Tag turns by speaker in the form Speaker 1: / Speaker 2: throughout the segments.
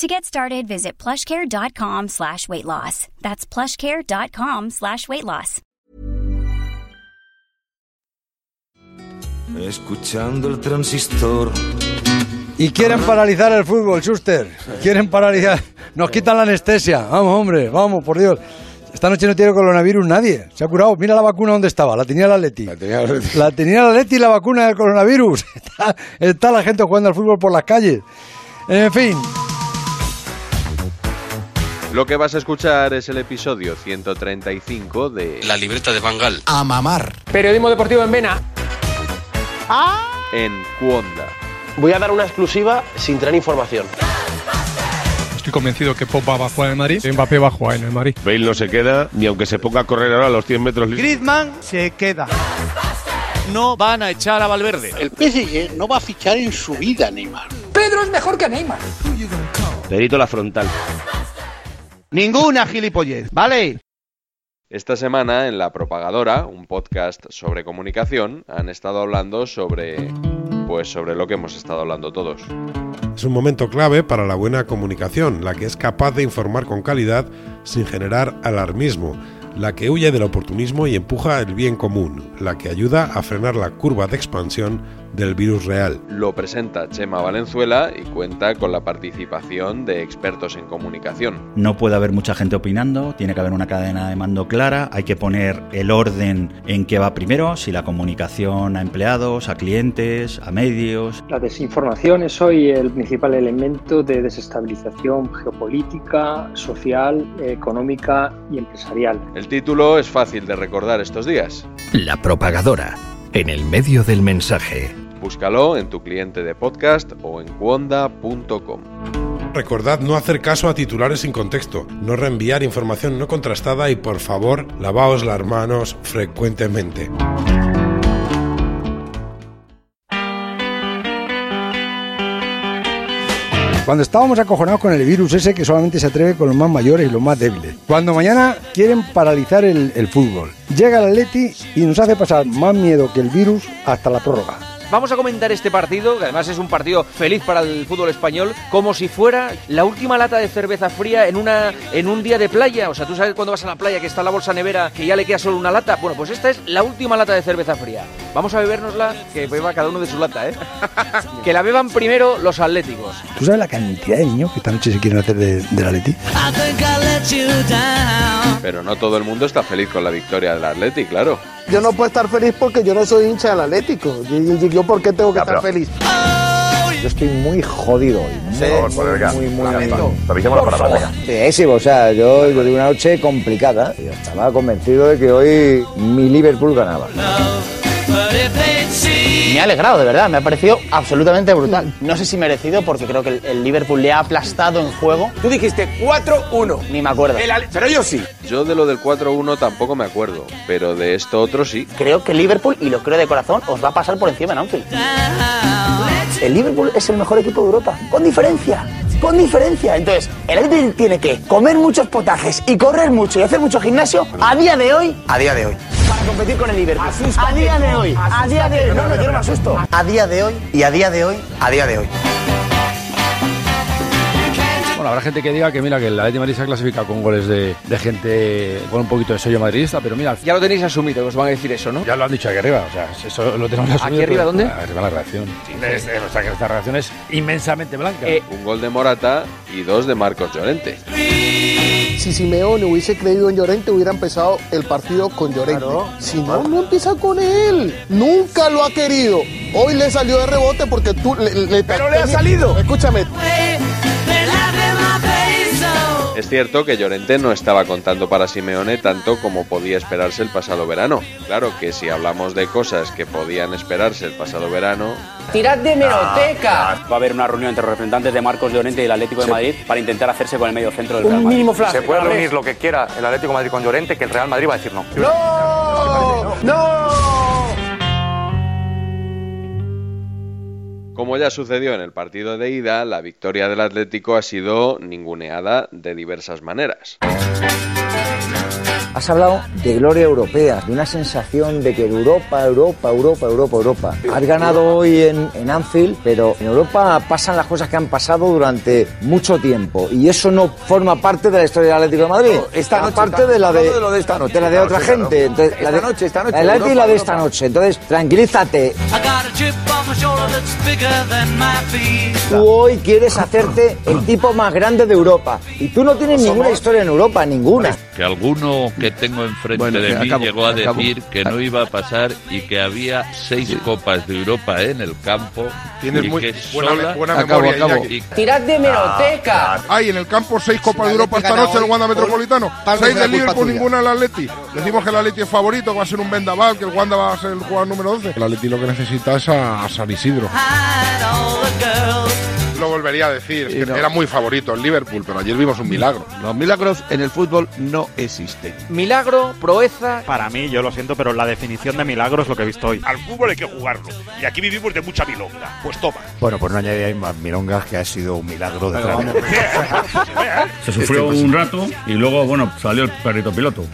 Speaker 1: To get started, visit plushcare.com slash weight loss. That's plushcare.com slash weight loss.
Speaker 2: Escuchando el transistor.
Speaker 3: Y quieren paralizar el fútbol, Schuster. Quieren paralizar. Nos quitan la anestesia. Vamos, hombre, vamos, por Dios. Esta noche no tiene coronavirus nadie. Se ha curado. Mira la vacuna donde estaba. La tenía la Leti. La tenía la Leti. La la vacuna del coronavirus. Está, está la gente jugando al fútbol por las calles. En fin.
Speaker 4: Lo que vas a escuchar es el episodio 135 de La libreta de Bangal
Speaker 5: A mamar.
Speaker 6: Periodismo deportivo en Vena.
Speaker 4: en Cuonda.
Speaker 7: Voy a dar una exclusiva sin tener información.
Speaker 8: Estoy convencido que Pop va a jugar en el Madrid, Mbappé va a jugar en el Madrid.
Speaker 9: Bale no se queda, ni aunque se ponga a correr ahora a los 100 metros libres.
Speaker 10: Griezmann se queda. No van a echar a Valverde.
Speaker 11: El PSG no va a fichar en su vida Neymar.
Speaker 6: Pedro es mejor que Neymar.
Speaker 11: Perito la frontal.
Speaker 10: Ninguna gilipollez, ¿vale?
Speaker 4: Esta semana en La Propagadora, un podcast sobre comunicación, han estado hablando sobre... Pues sobre lo que hemos estado hablando todos.
Speaker 12: Es un momento clave para la buena comunicación, la que es capaz de informar con calidad sin generar alarmismo, la que huye del oportunismo y empuja el bien común, la que ayuda a frenar la curva de expansión del virus real.
Speaker 4: Lo presenta Chema Valenzuela y cuenta con la participación de expertos en comunicación.
Speaker 13: No puede haber mucha gente opinando, tiene que haber una cadena de mando clara, hay que poner el orden en que va primero, si la comunicación a empleados, a clientes, a medios.
Speaker 14: La desinformación es hoy el principal elemento de desestabilización geopolítica, social, económica y empresarial.
Speaker 4: El título es fácil de recordar estos días.
Speaker 15: La propagadora, en el medio del mensaje.
Speaker 4: Búscalo en tu cliente de podcast o en cuonda.com.
Speaker 12: Recordad no hacer caso a titulares sin contexto, no reenviar información no contrastada y por favor lavaos las manos frecuentemente.
Speaker 3: Cuando estábamos acojonados con el virus ese que solamente se atreve con los más mayores y los más débiles. Cuando mañana quieren paralizar el, el fútbol. Llega el Atleti y nos hace pasar más miedo que el virus hasta la prórroga.
Speaker 16: Vamos a comentar este partido, que además es un partido feliz para el fútbol español, como si fuera la última lata de cerveza fría en, una, en un día de playa. O sea, tú sabes cuando vas a la playa que está la bolsa nevera, que ya le queda solo una lata. Bueno, pues esta es la última lata de cerveza fría. Vamos a bebérnosla, que beba cada uno de su lata, ¿eh? que la beban primero los atléticos.
Speaker 3: ¿Tú sabes la cantidad de niños que esta noche se quieren hacer de, del Atleti?
Speaker 4: Pero no todo el mundo está feliz con la victoria del Atleti, claro.
Speaker 17: Yo no puedo estar feliz porque yo no soy hincha del Atlético. Yo, yo, yo ¿por qué tengo que
Speaker 9: Ya,
Speaker 17: estar
Speaker 9: pero-
Speaker 17: feliz?
Speaker 18: Yo estoy muy jodido hoy.
Speaker 9: Sí, Por favor, venga,
Speaker 18: muy, muy, muy,
Speaker 9: lamento.
Speaker 18: mal.
Speaker 9: Revisemos la palabra, venga.
Speaker 18: Pésimo, o sea, yo, yo tuve una noche complicada. Yo estaba convencido de que hoy mi Liverpool ganaba.
Speaker 7: Me ha alegrado, de verdad, me ha parecido absolutamente brutal. No sé si merecido porque creo que el, el Liverpool le ha aplastado en juego. Tú dijiste 4-1. Ni me acuerdo. Pero yo sí.
Speaker 4: Yo de lo del 4-1 tampoco me acuerdo, pero de esto otro sí.
Speaker 7: Creo que Liverpool, y lo creo de corazón, os va a pasar por encima en Anfield. El Liverpool es el mejor equipo de Europa, con diferencia. Con diferencia. Entonces, el Atlético tiene que comer muchos potajes y correr mucho y hacer mucho gimnasio a día de hoy. A día de hoy. Para competir con el Liverpool. A día de hoy. A día de hoy. No, no, yo no me asusto. A día de hoy y a día de hoy, a día de hoy.
Speaker 19: Bueno, habrá gente que diga que mira que el Atlético de Madrid se ha clasificado con goles de, de gente con un poquito de sello madridista, pero mira,
Speaker 16: Ya lo tenéis asumido, que os van a decir eso, ¿no?
Speaker 19: ya lo han dicho aquí arriba, o sea, eso lo tenemos asumido.
Speaker 16: ¿Aquí arriba
Speaker 19: pero-
Speaker 16: dónde?
Speaker 19: Arriba la reacción. Es- es- o sea, que esta reacción
Speaker 16: Eh,
Speaker 19: es inmensamente blanca.
Speaker 4: Un gol de Morata y dos de Marcos Llorente.
Speaker 20: Si Simeone hubiese creído en Llorente, hubiera empezado el partido con Llorente. si no, no empieza con él. Nunca lo ha querido. Hoy le salió de rebote porque tú le... Pero le ha salido. Escúchame.
Speaker 4: Es cierto que Llorente no estaba contando para Simeone tanto como podía esperarse el pasado verano. Claro que si hablamos de cosas que podían esperarse el pasado verano,
Speaker 21: ¡Tirad de
Speaker 4: hemeroteca!
Speaker 22: Va a haber una reunión entre representantes de Marcos Llorente y del Atlético de Madrid para intentar hacerse con el medio centro del
Speaker 21: Un
Speaker 22: Real Madrid.
Speaker 21: mínimo flash.
Speaker 22: Se puede
Speaker 21: Vale.
Speaker 22: reunir lo que quiera el Atlético de Madrid con Llorente, que el Real Madrid va a decir no.
Speaker 4: Como ya sucedió en el partido de ida, la victoria del Atlético ha sido ninguneada de diversas maneras.
Speaker 3: Has hablado de gloria europea, de una sensación de que Europa, Europa, Europa, Europa, Europa. Has ganado hoy en, en Anfield, pero en Europa pasan las cosas que han pasado durante mucho tiempo y eso no forma parte de la historia del Atlético de Madrid.
Speaker 19: esta noche,
Speaker 3: parte
Speaker 19: está-
Speaker 3: de la de,
Speaker 19: hablando de lo de esta noche.
Speaker 3: la de
Speaker 19: Claro,
Speaker 3: otra
Speaker 19: sí, claro.
Speaker 3: gente. Entonces, la
Speaker 19: Esta
Speaker 3: de,
Speaker 19: noche, esta noche,
Speaker 3: La del Atlético y la de
Speaker 19: Europa,
Speaker 3: esta noche. Entonces, tranquilízate. Tú hoy quieres hacerte el tipo más grande de Europa y tú no tienes ninguna historia en Europa, ninguna.
Speaker 23: Que alguno que tengo enfrente de
Speaker 3: ya
Speaker 23: mí
Speaker 3: acabo,
Speaker 23: llegó a
Speaker 3: ya acabo.
Speaker 23: decir que
Speaker 24: Ah.
Speaker 23: no iba a pasar y que había seis copas de Europa ¿eh? en el campo.
Speaker 24: Tienes
Speaker 23: y
Speaker 24: muy
Speaker 23: que
Speaker 24: buena me-
Speaker 23: sola-
Speaker 24: buena Acabo, memoria, acabo. Iñaki. Ah,
Speaker 21: Tirad de hemeroteca.
Speaker 24: Hay en el campo seis Copas de Europa esta
Speaker 21: gana
Speaker 24: noche en el
Speaker 21: hoy,
Speaker 24: Wanda
Speaker 21: hoy,
Speaker 24: Metropolitano.
Speaker 21: tal vez
Speaker 24: Seis
Speaker 21: sea
Speaker 24: del
Speaker 21: culpa
Speaker 24: Liverpool,
Speaker 21: tuya.
Speaker 24: ninguna del Atleti. Decimos que el Atleti es favorito, que va a ser un vendaval, que el Wanda va a ser el jugador número 12. El Atleti lo que necesita es a San Isidro. Lo volvería a decir, que era muy favorito el Liverpool, pero ayer vimos un milagro. Los milagros en el fútbol no existen.
Speaker 25: Milagro, proeza.
Speaker 26: Para mí, yo lo siento, pero la definición de milagro es lo que he visto hoy.
Speaker 27: Al fútbol hay que jugarlo. Y aquí vivimos de mucha milonga. Pues toma.
Speaker 15: Bueno, pues no añadiréis más milongas, que ha sido un milagro de
Speaker 27: Pero
Speaker 15: trámite.
Speaker 13: Se sufrió un rato y luego, bueno, salió el perrito piloto.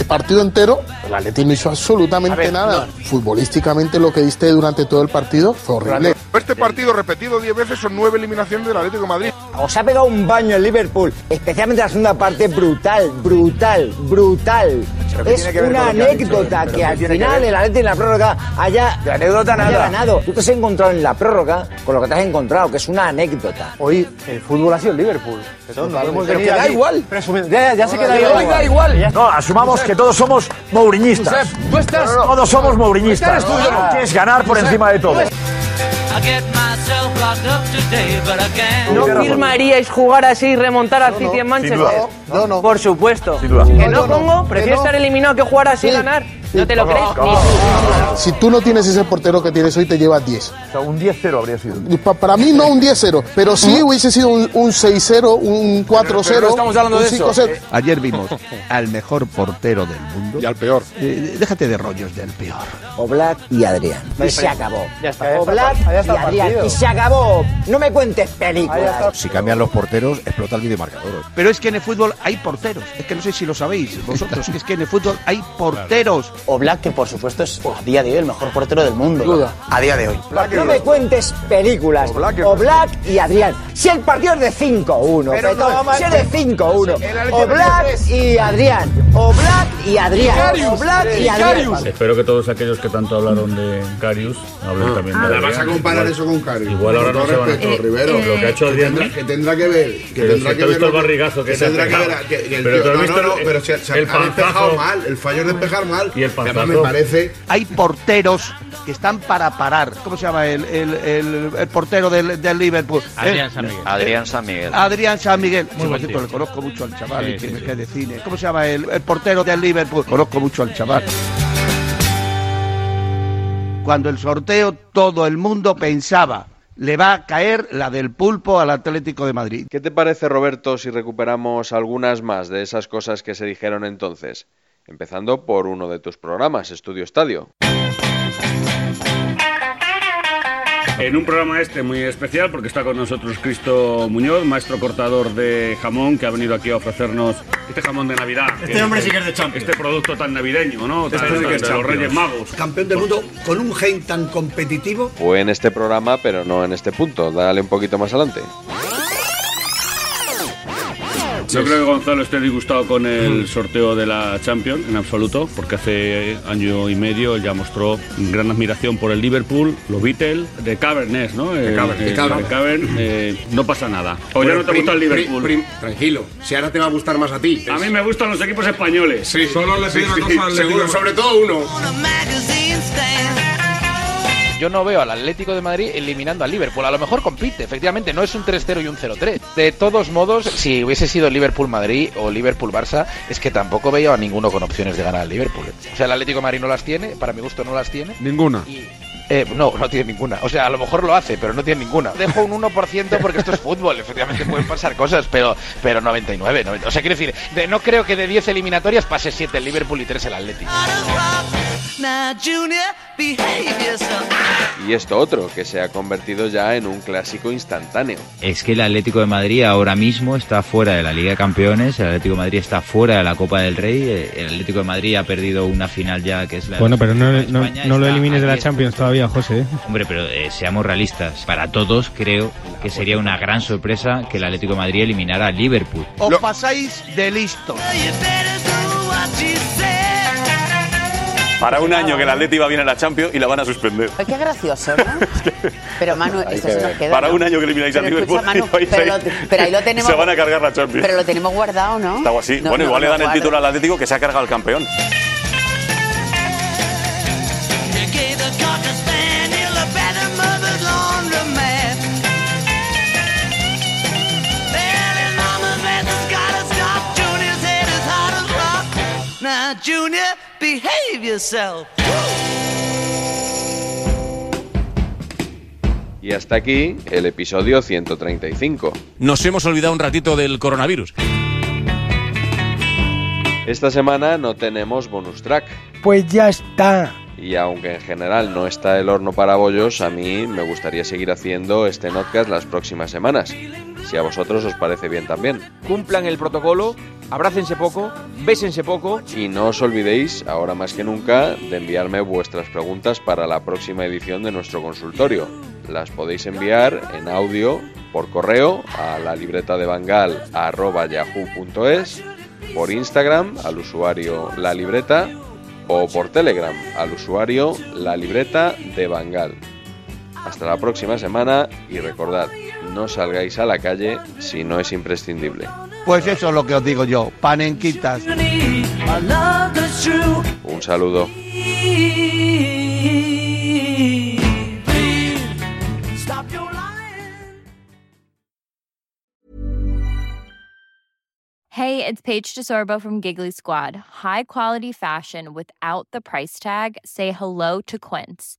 Speaker 20: El partido entero, el Atleti no hizo absolutamente nada. Futbolísticamente lo que diste durante todo el partido fue horrible.
Speaker 24: Este partido repetido 10 veces son nueve eliminaciones del Atlético de Madrid.
Speaker 3: Os ha pegado un baño el Liverpool, especialmente la segunda parte brutal, brutal, brutal.
Speaker 19: ¿Pero qué
Speaker 3: Es
Speaker 19: tiene que ver
Speaker 3: una
Speaker 19: con lo que ha dicho
Speaker 3: anécdota
Speaker 19: él? ¿Pero
Speaker 3: que
Speaker 19: qué
Speaker 3: al
Speaker 19: tiene que
Speaker 3: final
Speaker 19: ver?
Speaker 3: el Atlético en la prórroga haya,
Speaker 19: De anécdota
Speaker 3: haya
Speaker 19: nada.
Speaker 3: ganado. Tú te has encontrado en la prórroga con lo que te has encontrado, que es una anécdota.
Speaker 15: Hoy el fútbol ha sido el Liverpool.
Speaker 3: Pero que da igual.
Speaker 15: Ya, ya, ya sé que da igual. No, asumamos que todos somos mouriñistas.
Speaker 19: Josep, tú estás-
Speaker 15: Todos somos
Speaker 19: Esta
Speaker 15: mouriñistas.
Speaker 19: eres tú, yo no.
Speaker 15: Quieres ganar por
Speaker 19: Josep,
Speaker 15: encima de todo.
Speaker 18: ¿No
Speaker 15: Tienes razón.
Speaker 18: firmaríais jugar así y remontar al City en Manchester?
Speaker 15: duda.
Speaker 18: No, no. eh. Por supuesto. Que no, pongo, prefiero estar eliminado que jugar así y ganar. No te lo crees ni
Speaker 20: Si tú no tienes ese portero que tienes hoy, te llevas 10.
Speaker 15: O sea, un 10-0 habría sido.
Speaker 20: Y pa- para mí no un 10-0, pero sí hubiese sido un, un 6-0, un 4-0. un 5-0.
Speaker 15: Eh, Ayer vimos al mejor portero del mundo. Y al peor. déjate de rollos del peor.
Speaker 3: Oblak y Adrián. Y se acabó.
Speaker 15: Ya está.
Speaker 3: Oblak y Adrián. Y se acabó. No me cuentes películas.
Speaker 15: Si cambian los porteros, explota el videomarcador.
Speaker 13: Pero es que en el fútbol hay porteros. Es que no sé si lo sabéis vosotros. que es que en el fútbol hay porteros.
Speaker 28: O Black, que por supuesto es a día de hoy el mejor portero del mundo. A día de hoy.
Speaker 3: No me cuentes películas. Oblak y Adrián. Si el partido es de 5-1,
Speaker 28: Pero
Speaker 3: Petón,
Speaker 28: no,
Speaker 3: si es de
Speaker 28: Mate.
Speaker 3: 5-1.
Speaker 28: El Atlético
Speaker 3: Oblak y Adrián. Oblak y Adrián. Vicarius. Oblak y Adrián.
Speaker 13: Espero que todos aquellos que tanto hablaron de Carius hablen también de
Speaker 15: Nada,
Speaker 13: Adrián.
Speaker 15: vas a comparar
Speaker 13: Igual-
Speaker 15: eso con Carius.
Speaker 13: Igual ahora
Speaker 15: Con
Speaker 13: no
Speaker 15: todo
Speaker 13: se van a
Speaker 15: respeto, Rivero.
Speaker 13: Lo que ha hecho
Speaker 15: Que
Speaker 13: Adrián.
Speaker 15: tendrá- que tendrá que ver, que
Speaker 13: Pero
Speaker 15: tendrá
Speaker 13: si
Speaker 15: que
Speaker 13: tú has
Speaker 15: ver
Speaker 13: visto
Speaker 15: lo
Speaker 13: el barrigazo que se ha
Speaker 15: tendrá que ver a-
Speaker 13: pegado.
Speaker 15: que- que el
Speaker 13: Pero tú has
Speaker 15: tío- no,
Speaker 13: visto
Speaker 15: no, no,
Speaker 13: el-
Speaker 15: pero se, se
Speaker 13: el
Speaker 15: ha despejado
Speaker 13: panzazo.
Speaker 15: mal, el fallo es despejar mal.
Speaker 13: Y el
Speaker 15: Que además
Speaker 13: panzazo.
Speaker 15: me parece
Speaker 13: Hay porteros que están para parar. ¿Cómo se llama el, el- el- el portero del, del Liverpool?
Speaker 29: Adrián
Speaker 13: Eh,
Speaker 29: San Miguel.
Speaker 13: Adrián
Speaker 29: San Miguel.
Speaker 13: Adrián San Miguel. Sí,
Speaker 29: buen
Speaker 13: por cierto,
Speaker 29: tío.
Speaker 13: le conozco mucho al chaval
Speaker 29: Sí,
Speaker 13: y que,
Speaker 29: sí, sí.
Speaker 13: que es de cine. ¿Cómo se llama el, el portero del Liverpool? Conozco mucho al chaval. Cuando el sorteo todo el mundo pensaba le va a caer la del pulpo al Atlético de Madrid.
Speaker 4: ¿Qué te parece, Roberto, si recuperamos algunas más de esas cosas que se dijeron entonces? Empezando por uno de tus programas, Estudio Estadio.
Speaker 29: En un programa este muy especial porque está con nosotros Cristo Muñoz, maestro cortador de jamón que ha venido aquí a ofrecernos este jamón de Navidad.
Speaker 30: Este hombre sí que es de
Speaker 29: Este producto tan navideño, ¿no? Tan-
Speaker 30: Este sí que es
Speaker 29: de los
Speaker 30: Champions.
Speaker 29: Reyes Magos.
Speaker 30: Campeón del mundo con un gen tan competitivo.
Speaker 4: Fue en este programa, pero no en este punto. Dale un poquito más adelante.
Speaker 3: Yo creo que Gonzalo esté disgustado con
Speaker 15: Mm.
Speaker 3: el sorteo de la Champions en absoluto, porque hace año y medio él ya mostró gran admiración por el Liverpool, los Beatles, de Cavern es, ¿no?
Speaker 15: De
Speaker 3: Eh,
Speaker 15: Cavern,
Speaker 3: eh,
Speaker 15: de Cavern.
Speaker 3: de Cavern, eh, no pasa nada. O
Speaker 15: Bueno,
Speaker 3: ya no te
Speaker 15: prim-
Speaker 3: gusta el
Speaker 15: prim-
Speaker 3: Liverpool.
Speaker 15: prim- tranquilo, si ahora te va a gustar más a ti.
Speaker 3: A mí me gustan los equipos españoles.
Speaker 15: Sí,
Speaker 3: Solo le pido una cosa al
Speaker 15: seguro,
Speaker 3: Atlético.
Speaker 15: sobre todo uno.
Speaker 31: Yo no veo al Atlético de Madrid eliminando al Liverpool. A lo mejor compite, efectivamente, no es un 3-0 y un 0-3. De todos modos, si hubiese sido Liverpool-Madrid o Liverpool-Barça, es que tampoco veía a ninguno con opciones de ganar al Liverpool. O sea, el Atlético de Madrid no las tiene, para mi gusto no las tiene.
Speaker 32: Ninguna.
Speaker 31: Eh, no, no tiene ninguna. O sea, a lo mejor lo hace, pero no tiene ninguna. Dejo un 1% porque esto es fútbol. Efectivamente pueden pasar cosas, pero, pero 99, 90. O sea, quiero decir, de- no creo que de 10 eliminatorias pase 7 el Liverpool y 3 el Atlético.
Speaker 33: Now, Junior, behave yourself.
Speaker 4: Y esto otro, que se ha convertido ya en un clásico instantáneo.
Speaker 13: Es que el Atlético de Madrid ahora mismo está fuera de la Liga de Campeones, el Atlético de Madrid está fuera de la Copa del Rey, eh, el Atlético de Madrid ha perdido una final ya que es la...
Speaker 34: Bueno, pero no, no- no lo
Speaker 13: está
Speaker 34: elimines de la
Speaker 13: aquí.
Speaker 34: Champions todavía, José. ¿eh?
Speaker 13: Hombre, pero eh, seamos realistas, para todos creo que sería una gran sorpresa que el Atlético de Madrid eliminara al Liverpool.
Speaker 35: Os pasáis de listo.
Speaker 36: Para un año que el Atleti iba bien a la Champions y la van a suspender.
Speaker 18: Ay, Qué gracioso, ¿no? Pero Manu, esto se nos queda.
Speaker 36: Para
Speaker 18: ¿no?
Speaker 36: un año que elimináis al
Speaker 18: Pero
Speaker 36: Liverpool
Speaker 18: escucha,
Speaker 36: y
Speaker 18: Manu,
Speaker 36: vais
Speaker 18: pero,
Speaker 36: ahí.
Speaker 18: lo- pero ahí lo tenemos.
Speaker 36: se van a cargar la Champions.
Speaker 18: Pero lo tenemos guardado, ¿no?
Speaker 36: Algo así.
Speaker 18: No,
Speaker 36: bueno,
Speaker 18: no,
Speaker 36: igual le
Speaker 18: no
Speaker 36: dan el
Speaker 18: guardo.
Speaker 36: título al Atlético que se ha cargado al campeón.
Speaker 33: Gave the cocker spaniel a better mother's laundromat. Well, his mama's red has got a stop. Junior's head is hot as rock. Now, Junior, behave yourself.
Speaker 4: Y hasta aquí el episodio 135.
Speaker 37: Nos hemos olvidado un ratito del coronavirus.
Speaker 4: Esta semana no tenemos bonus track.
Speaker 18: Pues ya está.
Speaker 4: Y aunque en general no está el horno para bollos, a mí me gustaría seguir haciendo este podcast las próximas semanas. Si a vosotros os parece bien también.
Speaker 38: Cumplan el protocolo, abrácense poco, bésense poco.
Speaker 4: Y no os olvidéis, ahora más que nunca, de enviarme vuestras preguntas para la próxima edición de nuestro consultorio. Las podéis enviar en audio por correo a la libreta de Bangal arroba yahoo.es, por Instagram al usuario la libreta o por Telegram al usuario la libreta de Bangal. Hasta la próxima semana y recordad, no salgáis a la calle si no es imprescindible.
Speaker 35: Pues eso es lo que os digo yo, panenquitas.
Speaker 33: A love that's true.
Speaker 4: Un saludo.
Speaker 33: Stop your lying.
Speaker 39: Hey, it's Paige DeSorbo from Giggly Squad. High quality fashion without the price tag. Say hello to Quince.